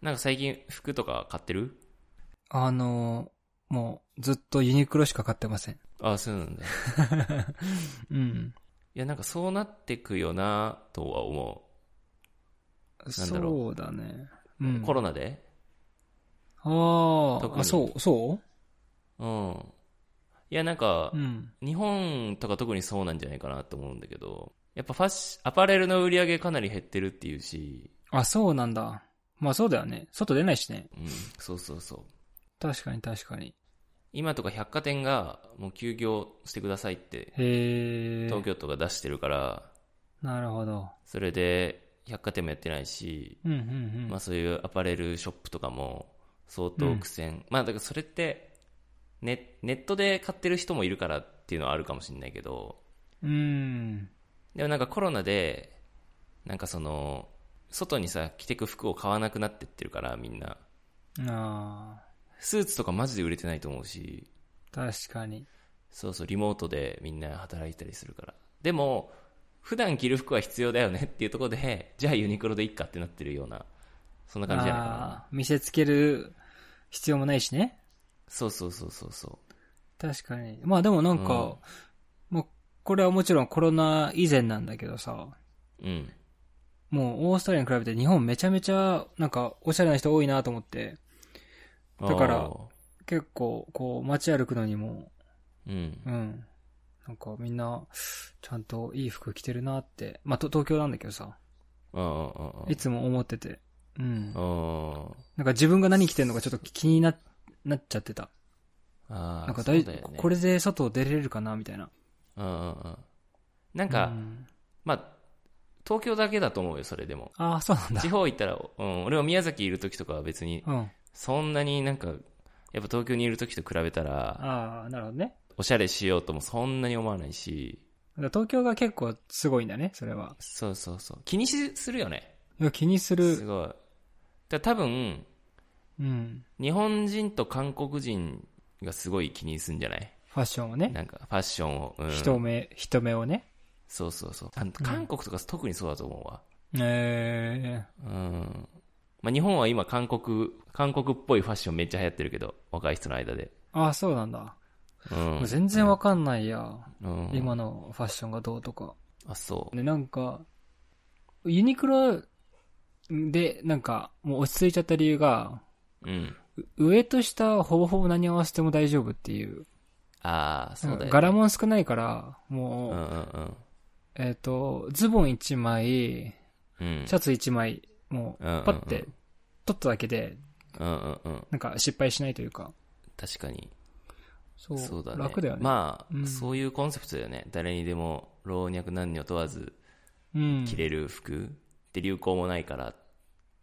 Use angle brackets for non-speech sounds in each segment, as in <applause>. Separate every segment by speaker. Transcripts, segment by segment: Speaker 1: なんか最近服とか買ってる
Speaker 2: あのー、もう、ずっとユニクロしか買ってません。
Speaker 1: ああ、そうなんだ。い
Speaker 2: うん。
Speaker 1: や、なんかそうなってくよなとは思なんだろう
Speaker 2: そうだね。う
Speaker 1: う。
Speaker 2: ん。
Speaker 1: コロナで
Speaker 2: あ
Speaker 1: 特
Speaker 2: あ、
Speaker 1: に
Speaker 2: あ、そう、そ
Speaker 1: うん。いや、なんか
Speaker 2: うう、ん。
Speaker 1: 日本とか特にそうなんじゃないかなと思うんだけど、やっぱファッシ、アパレルの売り上げかなり減ってるっていうし、
Speaker 2: あ、そうなんだ。まあそうだよね。外出ないしね。
Speaker 1: うん、そうそうそう。
Speaker 2: 確かに確かに。
Speaker 1: 今とか百貨店がもう休業してくださいって
Speaker 2: へえ。
Speaker 1: 東京都が出してるから、
Speaker 2: なるほど。
Speaker 1: それで百貨店もやってないし、
Speaker 2: うんうんうん。
Speaker 1: まあそういうアパレルショップとかも相当苦戦。まあだからそれってネ、ネットで買ってる人もいるからっていうのはあるかもしれないけど、
Speaker 2: うん。
Speaker 1: でもなんかコロナで、なんかその、外にさ、着てく服を買わなくなってってるから、みんな。
Speaker 2: あ
Speaker 1: スーツとかマジで売れてないと思うし、
Speaker 2: あ、確かに。
Speaker 1: そうそう、リモートでみんな働いたりするから。でも、普段着る服は必要だよねっていうところで、じゃあユニクロでいっかってなってるような、そんな感じじゃないかな。
Speaker 2: ああ、見せつける必要もないしね。
Speaker 1: そうそうそうそうそう。
Speaker 2: 確かに。まあでもなんか、
Speaker 1: うん
Speaker 2: もう、これはもちろんコロナ以前なんだけどさ、
Speaker 1: うん。
Speaker 2: もうオーストラリアに比べて日本めちゃめちゃ、なんか、おしゃれな人多いなと思って、だから
Speaker 1: あー
Speaker 2: 結構、こう、街歩くのにも、
Speaker 1: うん。
Speaker 2: うん。なんかみんな、ちゃんといい服着てるなって。まあ、と東京なんだけどさ、
Speaker 1: ああ
Speaker 2: いつも思ってて。うん
Speaker 1: あ。あ
Speaker 2: なんか自分が何着てるのかちょっと気にな、なっちゃってた。
Speaker 1: ああ。
Speaker 2: なんか
Speaker 1: そう
Speaker 2: 大、
Speaker 1: だよね
Speaker 2: これで外出れるかなみたいな。
Speaker 1: うんうんうん。なんか、
Speaker 2: うん
Speaker 1: まあ、東京だけだと思うよ、それでも。
Speaker 2: ああ、そうなんだ
Speaker 1: 地。方行ったら、うん、俺は宮崎いる時とかは別に、
Speaker 2: うん。あ
Speaker 1: そんなになんか、やっぱ東京にいる時と比べたら、
Speaker 2: あ、なるほどね。
Speaker 1: おしゃれしようともそんなに思わないし、
Speaker 2: だから東京が結構すごいんだね、それは。
Speaker 1: そうそうそう。気にしするよね。
Speaker 2: いや、気にす
Speaker 1: す
Speaker 2: る。
Speaker 1: ごい。だ多分、
Speaker 2: うん。
Speaker 1: 日本人と韓国人がすごい気にするんじゃない
Speaker 2: ファッションをね。
Speaker 1: なんか、ファッションを。うん、
Speaker 2: 人目、人目をね。
Speaker 1: そうそうそう。あ韓国とか特にそうだと思うわ。
Speaker 2: え
Speaker 1: うん。まあ、日本は今韓国、韓国っぽいファッションめっちゃ流行ってるけど、若い人の間で。
Speaker 2: ー、ああ、そうなんだ。
Speaker 1: う。
Speaker 2: もうん全然わかんないや。
Speaker 1: うん、
Speaker 2: 今のファッションがどうとか。
Speaker 1: あ、そう。
Speaker 2: で、なんか、ユニクロで、なんか、もう落ち着いちゃった理由が、
Speaker 1: うん。
Speaker 2: 上と下はほぼほぼ何合わせても大丈夫っていう。
Speaker 1: ああ、そうだよ、ね。
Speaker 2: 柄も少ないから、
Speaker 1: うんう
Speaker 2: も
Speaker 1: ん
Speaker 2: う、
Speaker 1: うん。
Speaker 2: えっ、と、ズボン1枚、
Speaker 1: うん。
Speaker 2: シャツ1枚、もう
Speaker 1: うんうんうん、
Speaker 2: パッて、取っただけで、
Speaker 1: うんうんうん。
Speaker 2: なんか失敗しないというか。
Speaker 1: 確かに。
Speaker 2: そう。
Speaker 1: そうだね。
Speaker 2: 楽だよね。
Speaker 1: まあ、
Speaker 2: うん
Speaker 1: そういうコンセプトだよね。誰にでも老若男女問わず
Speaker 2: うん。
Speaker 1: 着れる服で流行もないからっ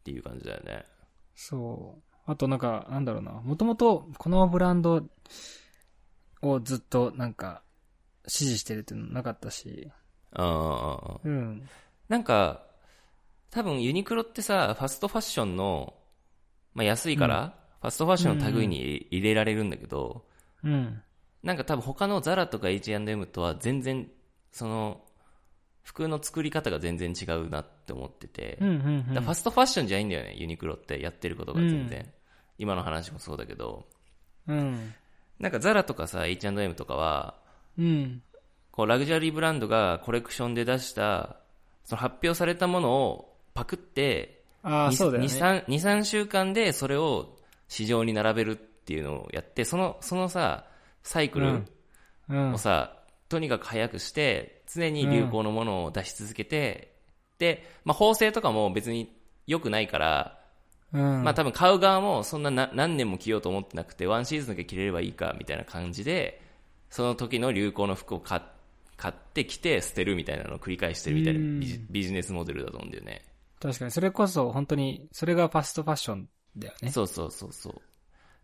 Speaker 1: ていう感じだよね。
Speaker 2: そう。あとなんか、なんだろうな。もともと、このブランドをずっとなんか、支持してるっていうのなかったし。
Speaker 1: うんうんうんうん。
Speaker 2: うん。
Speaker 1: なんか、多分ユニクロってさ、ファストファッションの、まあ安いから、ファストファッションの類に入れられるんだけど、
Speaker 2: うん。
Speaker 1: なんか多分他のザラとか H&M とは全然、その、服の作り方が全然違うなって思ってて、
Speaker 2: うん、うん、
Speaker 1: だか
Speaker 2: う
Speaker 1: ら
Speaker 2: ん
Speaker 1: ファ。ストファッションじゃないんだよね、ユニクロってやってることが全然。今の話もそうだけど、
Speaker 2: うん。
Speaker 1: なんかザラとかさ、H&M とかは、
Speaker 2: うん。
Speaker 1: こうラグジュアリーブランドがコレクションで出した、その発表されたものをパクって、
Speaker 2: ああ、そうだよね。
Speaker 1: 2、3週間でそれを市場に並べるっていうのをやって、その、そのさ、サイク
Speaker 2: う
Speaker 1: ル
Speaker 2: んうん
Speaker 1: を。さ、とにかく早くして、常に流行のものを出し続けて、で、まあ、縫製とかも別に良くないから、
Speaker 2: うん。
Speaker 1: まあ、多分買う側もそんなな何年も着ようと思ってなくて、ワンシーズンだけ着れればいいか、みたいな感じで、その時の流行の服を買っ買ってきて捨てるみたいなのを繰り返してるみたいなビジビジネスモデルだと思うんだよね。
Speaker 2: 確かに、それこそ本当に、それがファストファッションだよね。
Speaker 1: そうそうそうそう。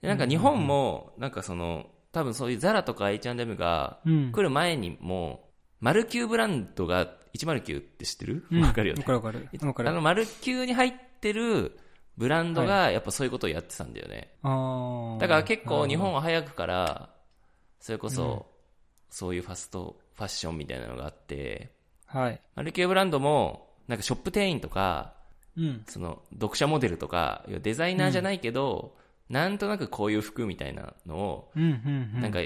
Speaker 1: で、なんか日本も、なんかその、多分そういうザラとか H&M が
Speaker 2: うん。
Speaker 1: 来る前にも、マルキューブランドが、109って知ってる
Speaker 2: うん
Speaker 1: わかるよね
Speaker 2: わか。るわかる。わ
Speaker 1: あ
Speaker 2: かる。
Speaker 1: の、マルキューに入ってるブランドが、やっぱそういうことをやってたんだよね。
Speaker 2: ああ。
Speaker 1: だから結構日本は早くから、それこそ、そういうファストファッションみたいなのがあって、
Speaker 2: はい。
Speaker 1: マルキューブランドも、なんかショップ店員とか、
Speaker 2: うん。
Speaker 1: その読者モデルとか要はデザイナーじゃないけど、なんとなくこういう服みたいなのを、
Speaker 2: うん、うん、うん。
Speaker 1: なんか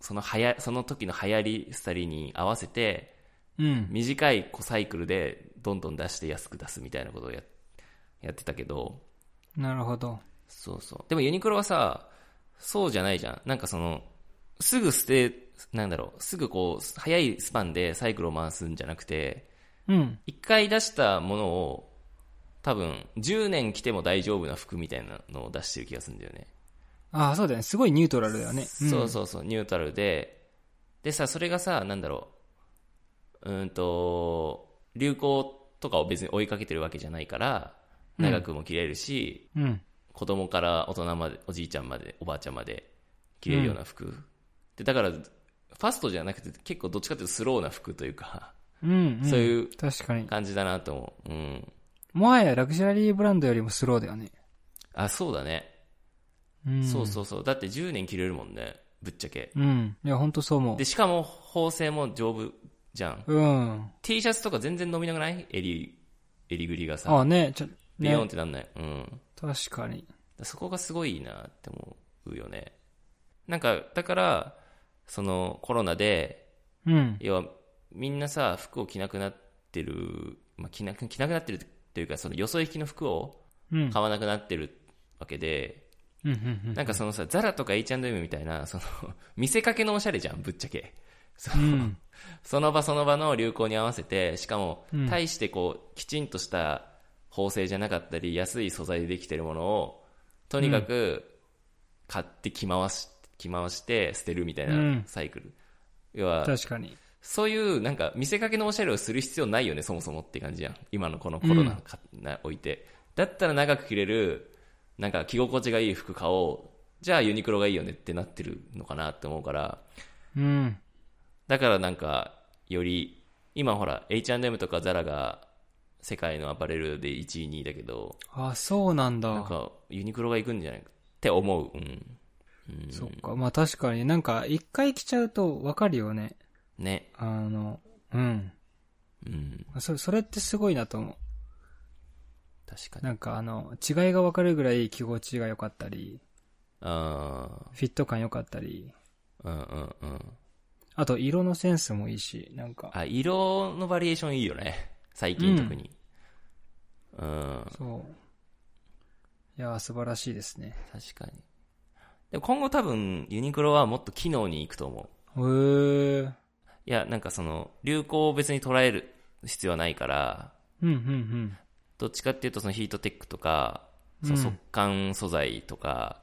Speaker 1: そのはやその時の流行りスタリに合わせて
Speaker 2: うん。
Speaker 1: 短いこうサイクルでどんどん出して安く出すみたいなことをややってたけど
Speaker 2: なるほど。
Speaker 1: そうそうでもユニクロはさそうじゃないじゃんなんかそのすぐ捨てなんだろうすぐこう早いスパンでサイクルを回すんじゃなくて
Speaker 2: うん。
Speaker 1: 一回出したものを多分10年着ても大丈夫な服みたいなのを出してる気がするんだよね、
Speaker 2: ああ、そうだよね。すごいニュートラルだよね。ん
Speaker 1: そうそうそうニュートラルででさそれがさなんだろううーんと流行とかを別に追いかけてるわけじゃないから
Speaker 2: うん
Speaker 1: 長くも着れるし、
Speaker 2: う。ん。
Speaker 1: 子供から大人までおじいちゃんまでおばあちゃんまで着れるような服、でだからファストじゃなくて結構どっちかというとスローな服というか
Speaker 2: うん、うん。
Speaker 1: そういう
Speaker 2: 確かに。
Speaker 1: 感じだなと思ううん
Speaker 2: もはやラグジュアリーブランドよりもスローだよね。
Speaker 1: あそうだね
Speaker 2: うん。
Speaker 1: そうそうそう。だって10年着れるもんね。ぶっちゃけ。
Speaker 2: うん。いや、ほんとそう思う
Speaker 1: で、。しかも、縫製も丈夫じゃん。
Speaker 2: うん。
Speaker 1: T シャツとか全然伸びなくない襟、襟ぐりが
Speaker 2: あ
Speaker 1: さ。
Speaker 2: あね、ちょ、
Speaker 1: ビヨン
Speaker 2: ね
Speaker 1: っ、てなんない。うん。
Speaker 2: 確かに。
Speaker 1: そこがすごいいいなって思うよね。なんか、だから、その、コロナで、
Speaker 2: うん。
Speaker 1: 要は、みんなさ、服を着なくなってる、まあ、着なく、着なくなってるっていうか、その、よそ行きの服を
Speaker 2: うん。
Speaker 1: 買わなくなってるわけで、
Speaker 2: うん、うん、
Speaker 1: なんかそのさ、ザラとか H&M みたいな、その、 <laughs> 見せかけのおしゃれじゃん、ぶっちゃけ。そ
Speaker 2: うん。
Speaker 1: の
Speaker 2: う
Speaker 1: <laughs>
Speaker 2: ん。
Speaker 1: その場その場の流行に合わせて、しかも
Speaker 2: うん、
Speaker 1: 大してこう、きちんとした縫製じゃなかったり、安い素材でできてるものを、とにかく、買って着回し、着回して捨てるみたい
Speaker 2: うん
Speaker 1: なサイクル。要は、
Speaker 2: 確かに。
Speaker 1: そういうなんか見せかけのおしゃれをする必要ないよね、そもそもって感じやん。今のこのコロナか、なおいて。だったら長く着れる、なんか着心地がいい服買おう。じゃあユニクロがいいよねってなってるのかなって思うから。
Speaker 2: うん。
Speaker 1: だからなんか、より、今ほら、H&M とかザラが世界のアパレルで1位、2位だけど、
Speaker 2: あ、そうなんだ。
Speaker 1: なんかユニクロが行くんじゃないかって思う。うん。うん、
Speaker 2: そっか。まあ確かになんか一回来ちゃうとわかるよね。
Speaker 1: ね。
Speaker 2: あの、うん。
Speaker 1: うん。
Speaker 2: それ、それってすごいなと思
Speaker 1: 確か
Speaker 2: う。
Speaker 1: に。
Speaker 2: なんかあの、違いがわかるぐらい着心地が良かったり、
Speaker 1: あ
Speaker 2: フィット感良かったり、
Speaker 1: あ、うんうんうん。
Speaker 2: あと色のセンスもいいし、なんか、
Speaker 1: あ、色のバリエーションいいよね。最近特に。うん、
Speaker 2: そう。いやー、素晴らしいですね。
Speaker 1: 確かに。でも今後多分、ユニクロはもっと機能に行くと思う。
Speaker 2: へー。
Speaker 1: いや、なんかその、流行を別に捉える必要はないから、
Speaker 2: うん、うん、
Speaker 1: どっちかっていうとそのヒートテックとか、
Speaker 2: うん
Speaker 1: その速乾素材とか、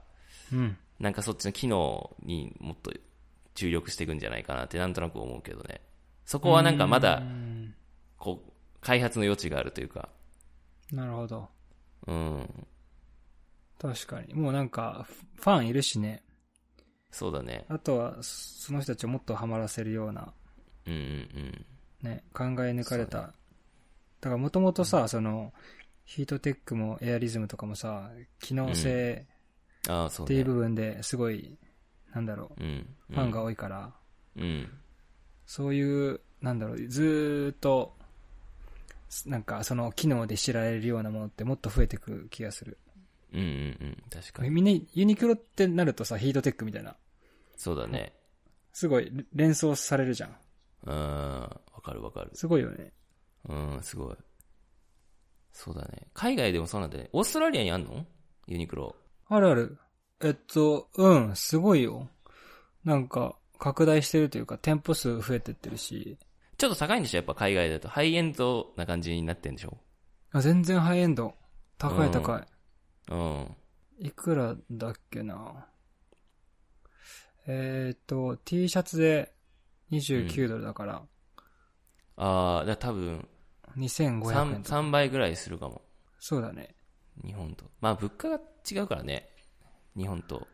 Speaker 2: うん。うん。
Speaker 1: なんかそっちの機能にもっと注力していくんじゃないかなってなんとなく思うけどね。そこはなんかま
Speaker 2: う
Speaker 1: だ
Speaker 2: ー、ん
Speaker 1: こう、開発の余地があるというか、
Speaker 2: なるほど。
Speaker 1: うん、
Speaker 2: 確かに。もうなんか、フファンいるしね。
Speaker 1: そうだね。
Speaker 2: あとは、そその人たちをもっとハマらせるような、
Speaker 1: うんうんうん。
Speaker 2: ね、考え抜かれた。だからもともとさ、その、ヒートテックもエアリズムとかもさ、機能性
Speaker 1: ああ、そう
Speaker 2: っ
Speaker 1: ね。
Speaker 2: ていう部分ですごい、なんだろ
Speaker 1: うん。
Speaker 2: う、ファンが多いから、
Speaker 1: うん。
Speaker 2: そういう、なんだろう、ずーっと、すなんかその機能で知られるようなものってもっと増えてく気がする。
Speaker 1: うんうんうん。確かに。
Speaker 2: みんなユニクロってなるとさ、ヒートテックみたいな、
Speaker 1: そうだね。
Speaker 2: すごい連想されるじゃん。
Speaker 1: うん。わかるわかる。
Speaker 2: すごいよね。
Speaker 1: うん、すごい。そうだね。海外でもそうなんだよね。オーストラリアにあんのユニクロ。
Speaker 2: あるある。えっと、うん、すごいよ。なんか、拡大してるというか、店舗数増えてってるし、
Speaker 1: ちょっと高いんでしょやっぱ海外だと。ハイエンドな感じになってんでしょ
Speaker 2: あ全然ハイエンド。高
Speaker 1: う
Speaker 2: い
Speaker 1: ん
Speaker 2: 高い。
Speaker 1: うん。
Speaker 2: いくらだっけな。えーっと、T シャツで29ドルだから、
Speaker 1: ああ、だから多分
Speaker 2: 2500
Speaker 1: 3、
Speaker 2: 円とか。
Speaker 1: 3倍ぐらいするかも。
Speaker 2: そうだね。
Speaker 1: 日本と。まあ物価が違うからね。日本と。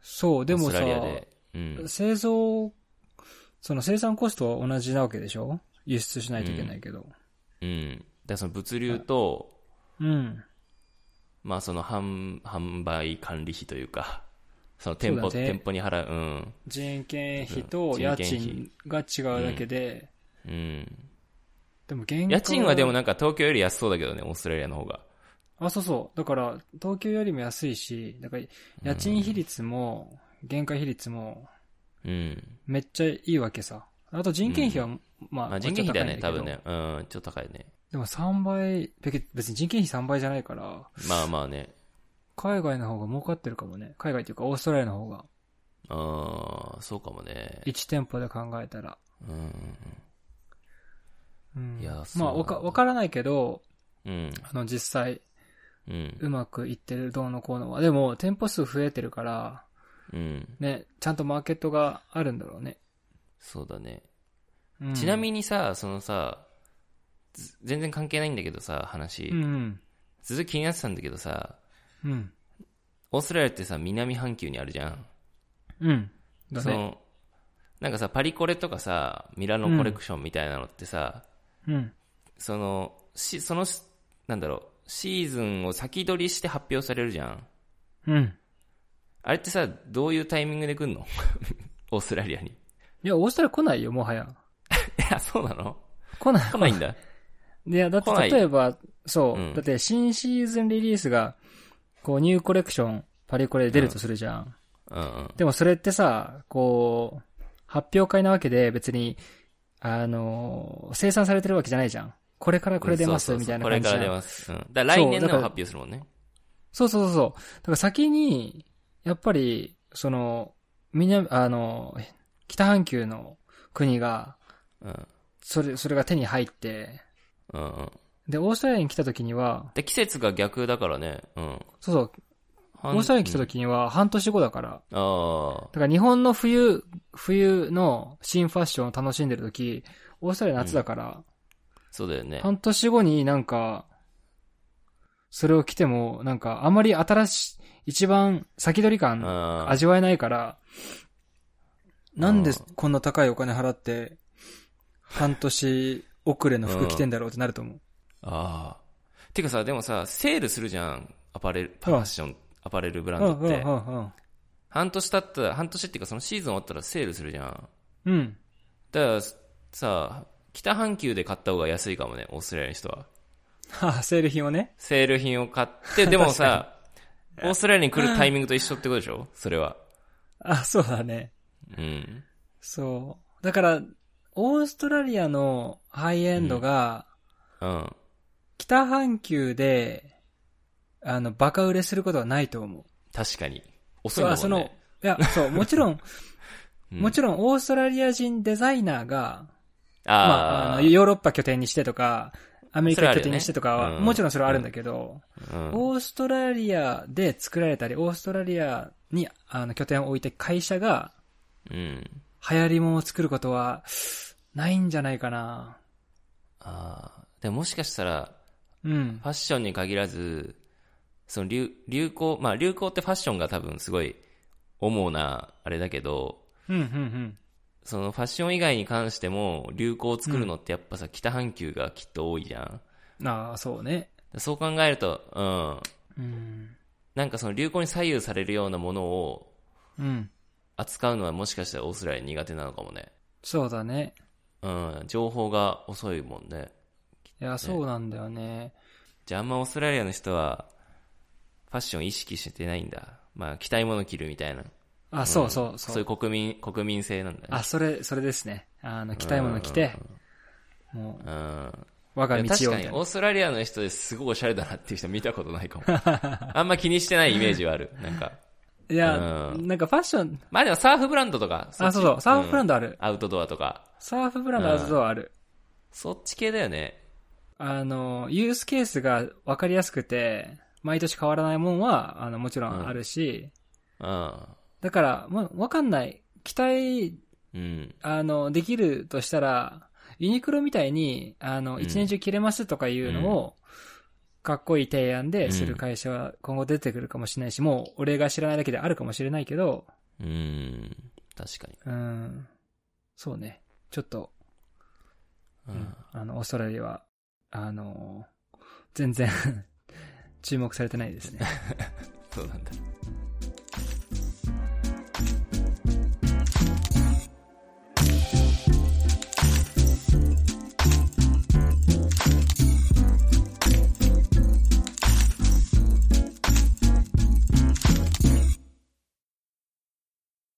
Speaker 2: そう、で
Speaker 1: オー
Speaker 2: も
Speaker 1: スト
Speaker 2: さ
Speaker 1: ラ、リアで。うん。
Speaker 2: 製造、その生産コストは同じなわけでしょ輸出しないといけないけど。
Speaker 1: うん。だからその物流と、
Speaker 2: うん
Speaker 1: まあその販販売管理費というか、その店舗、
Speaker 2: そうだね
Speaker 1: 店舗に払う、うん。
Speaker 2: 人件費と
Speaker 1: 人
Speaker 2: 家
Speaker 1: 件費
Speaker 2: 賃が違うだけで、
Speaker 1: うん。
Speaker 2: でも原価
Speaker 1: 家賃はでもなんか東京より安そうだけどね、オーストラリアの方が。
Speaker 2: あ、そうそう。だから、東京よりも安いし、だから、家賃比率も、原価比率も、
Speaker 1: うん。
Speaker 2: めっちゃいいわけさ。あと人件費は、まあ、
Speaker 1: まあ人件費だよね、
Speaker 2: こっちは
Speaker 1: 多分
Speaker 2: 高いんけど
Speaker 1: ね。。うん、ちょっと高いね。
Speaker 2: でも3倍、べけ別に人件費3倍じゃないから、
Speaker 1: まあまあね。
Speaker 2: 海外の方が儲かってるかもね。海外っていうか、オーストラリアの方が。
Speaker 1: ああ、そうかもね。
Speaker 2: 1店舗で考えたら。
Speaker 1: うん。
Speaker 2: うん。
Speaker 1: いやそう
Speaker 2: ま
Speaker 1: な
Speaker 2: あ、
Speaker 1: んだ
Speaker 2: わか、わからないけど、
Speaker 1: うん。
Speaker 2: あの、実際、
Speaker 1: うん。
Speaker 2: うまくいってるどうのこうのは。でも、店舗数増えてるから、
Speaker 1: うん。
Speaker 2: ね、ちゃんとマーケットがあるんだろうね。
Speaker 1: そうだね。
Speaker 2: うん
Speaker 1: ちなみにさ、そのさ、ず全然関係ないんだけどさ、話。
Speaker 2: うんうん。
Speaker 1: ずっと気になってたんだけどさ、
Speaker 2: うん。
Speaker 1: オーストラリアってさ、南半球にあるじゃん。
Speaker 2: うん。だ
Speaker 1: そ
Speaker 2: ね。
Speaker 1: の、なんかさ、パリコレとかさ、ミラノコレクションみたいなのってさ、
Speaker 2: うん。
Speaker 1: その、し、その、しなんだろう、シーズンを先取りして発表されるじゃん。
Speaker 2: うん。
Speaker 1: あれってさ、どういうタイミングで来んの <laughs> オーストラリア
Speaker 2: <laughs>
Speaker 1: に。い
Speaker 2: いや、オーストラリア来ないよ、もはや。
Speaker 1: や、そうなの
Speaker 2: 来ない。
Speaker 1: 来ないん
Speaker 2: <laughs>
Speaker 1: だ。
Speaker 2: いや、だって
Speaker 1: 来ない
Speaker 2: 例えば、そう、
Speaker 1: うん
Speaker 2: だって新シーズンリリースが、こう、ニューコレクション、パリコレで出るとするじゃん。
Speaker 1: うんうん。
Speaker 2: でもそれってさ、こう、発表会なわけで別に、あのー生産されてるわけじゃないじゃん。これからこれ出ま
Speaker 1: そ
Speaker 2: す、
Speaker 1: うそう
Speaker 2: み
Speaker 1: そ
Speaker 2: た
Speaker 1: う
Speaker 2: いな感じ
Speaker 1: こ
Speaker 2: じ
Speaker 1: れから出
Speaker 2: ゃん。
Speaker 1: ます。うん。だから来年の
Speaker 2: そうだか
Speaker 1: 発
Speaker 2: ら
Speaker 1: 表するもんね。
Speaker 2: そうそうそうそう。だから先に、やっぱり、その、みな、あの、北半球の国が、
Speaker 1: うん。
Speaker 2: それ、それが手に入って、
Speaker 1: うんうん。
Speaker 2: で、オーストラリアに来た時には、
Speaker 1: で、季節が逆だからね。うん。
Speaker 2: そうそう、
Speaker 1: 半
Speaker 2: オーストラリアに来た時には半年後だから。
Speaker 1: うんあ
Speaker 2: だから日本の冬、冬の新ファッションを楽しんでる時、オーストラリア夏だから、
Speaker 1: あ、そうだよね。
Speaker 2: 半年後になんか、それを着ても、なんかあまり新しい、一番先取り感
Speaker 1: あ
Speaker 2: 味わえないから、なんで
Speaker 1: うん
Speaker 2: こんな高いお金払って、半年遅れの服着てんだろうってなると思う。
Speaker 1: あー。てかさ、でもさ、セールするじゃん。アパレル、ファッション、アパレルブラン
Speaker 2: う
Speaker 1: ド
Speaker 2: ん、
Speaker 1: っ
Speaker 2: うん、う
Speaker 1: て。
Speaker 2: ん、
Speaker 1: 半年経ったら、半年っていうかそのシーズン終わったらセールするじゃん。
Speaker 2: うん。うん。
Speaker 1: だから、さ、北半球で買った方が安いかもね、オーストラリアの人は。
Speaker 2: はあ、セール品をね。
Speaker 1: セール品を買
Speaker 2: <laughs>
Speaker 1: って、でもさ、オーストラリアに来るタイミングと一緒ってことでしょそれは。
Speaker 2: あ、そうだね。
Speaker 1: うん。
Speaker 2: そう。だから、オーストラリアのハイエンドが、
Speaker 1: うん。
Speaker 2: 北半球で、あの、バカ売れすることはないと思う。
Speaker 1: 確かに。遅い
Speaker 2: そう、
Speaker 1: もん
Speaker 2: あ
Speaker 1: ね。
Speaker 2: その、いや、そう、もちろん、
Speaker 1: <laughs> うん、
Speaker 2: もちろん、オーストラリア人デザイナーが、
Speaker 1: ろん、あ
Speaker 2: まあ、あ
Speaker 1: あ
Speaker 2: の、ヨーロッパ拠点にしてとか、アメリカ拠点にしてとか
Speaker 1: それある
Speaker 2: は、
Speaker 1: よね
Speaker 2: もちろんそれはあるんだけど、
Speaker 1: うん
Speaker 2: オーストラリアで作られたり、オーストラリアに、あの、拠点を置いて会社が、
Speaker 1: うん。
Speaker 2: 流行り物を作ることは、ないんじゃないかな。
Speaker 1: ああ。でももしかしたら、
Speaker 2: うん
Speaker 1: フ。ァッションに限らず、その流流行、まあ流行ってファッションが多分すごい主なあれだけど、
Speaker 2: うん、うん、うん。
Speaker 1: そのファッション以外に関しても流行を作るのってやっぱさ、北半球がきっと多いじゃん。
Speaker 2: ああ、そうね。
Speaker 1: そう考えると、うん。
Speaker 2: うん。
Speaker 1: なんかその流行に左右されるようなものを
Speaker 2: うん。
Speaker 1: 扱うのはもしかしたらオーストラリア苦手なのかもね。
Speaker 2: そうだね。
Speaker 1: うん。情報が遅いもんね。
Speaker 2: いや、そうなんだよね。
Speaker 1: じゃああんまオーストラリアの人は、ファッション意識してないんだ。まあ、着たいもの着るみたいな。
Speaker 2: あ、そうそうそう。
Speaker 1: そういう国民、国民性なんだね。
Speaker 2: あ、それ、それですね。あの、着たいもの着て、もう、
Speaker 1: うん。
Speaker 2: 我が
Speaker 1: いや
Speaker 2: 道
Speaker 1: 確
Speaker 2: を
Speaker 1: か
Speaker 2: みた
Speaker 1: に、
Speaker 2: い
Speaker 1: オ
Speaker 2: な。
Speaker 1: ーストラリアの人ですごいおしゃれだなっていう人見たことないか
Speaker 2: <laughs>
Speaker 1: も。あんま気にしてないイメージはある。なんか。
Speaker 2: いや、
Speaker 1: うん
Speaker 2: なんかファッション、
Speaker 1: まあでもサーフブランドとか。
Speaker 2: あ、そうそう、サーフブラン
Speaker 1: ド。
Speaker 2: ドある。
Speaker 1: アウトドアとか。
Speaker 2: サーフブランドアウトドアある。
Speaker 1: そっち系だよね。
Speaker 2: あの、ユースケースが分かりやすくて、毎年変わらないもんは、あの、もちろんあるし、
Speaker 1: うん。
Speaker 2: だから、まあ、わかんない。期待
Speaker 1: うん。
Speaker 2: あの、できるとしたら、ユニクロみたいに、あの、
Speaker 1: うん
Speaker 2: 一年中着れますとかいうのを、かっこいい提案でする会社は今後出てくるかもしれないし、もう俺が知らないだけであるかもしれないけど、
Speaker 1: うん。確かに。
Speaker 2: うん、そうね。ちょっと、
Speaker 1: う
Speaker 2: うんん。あの、オーストラリアは、あ <laughs> の、全然、注目されてないですね。
Speaker 1: そうなんだ。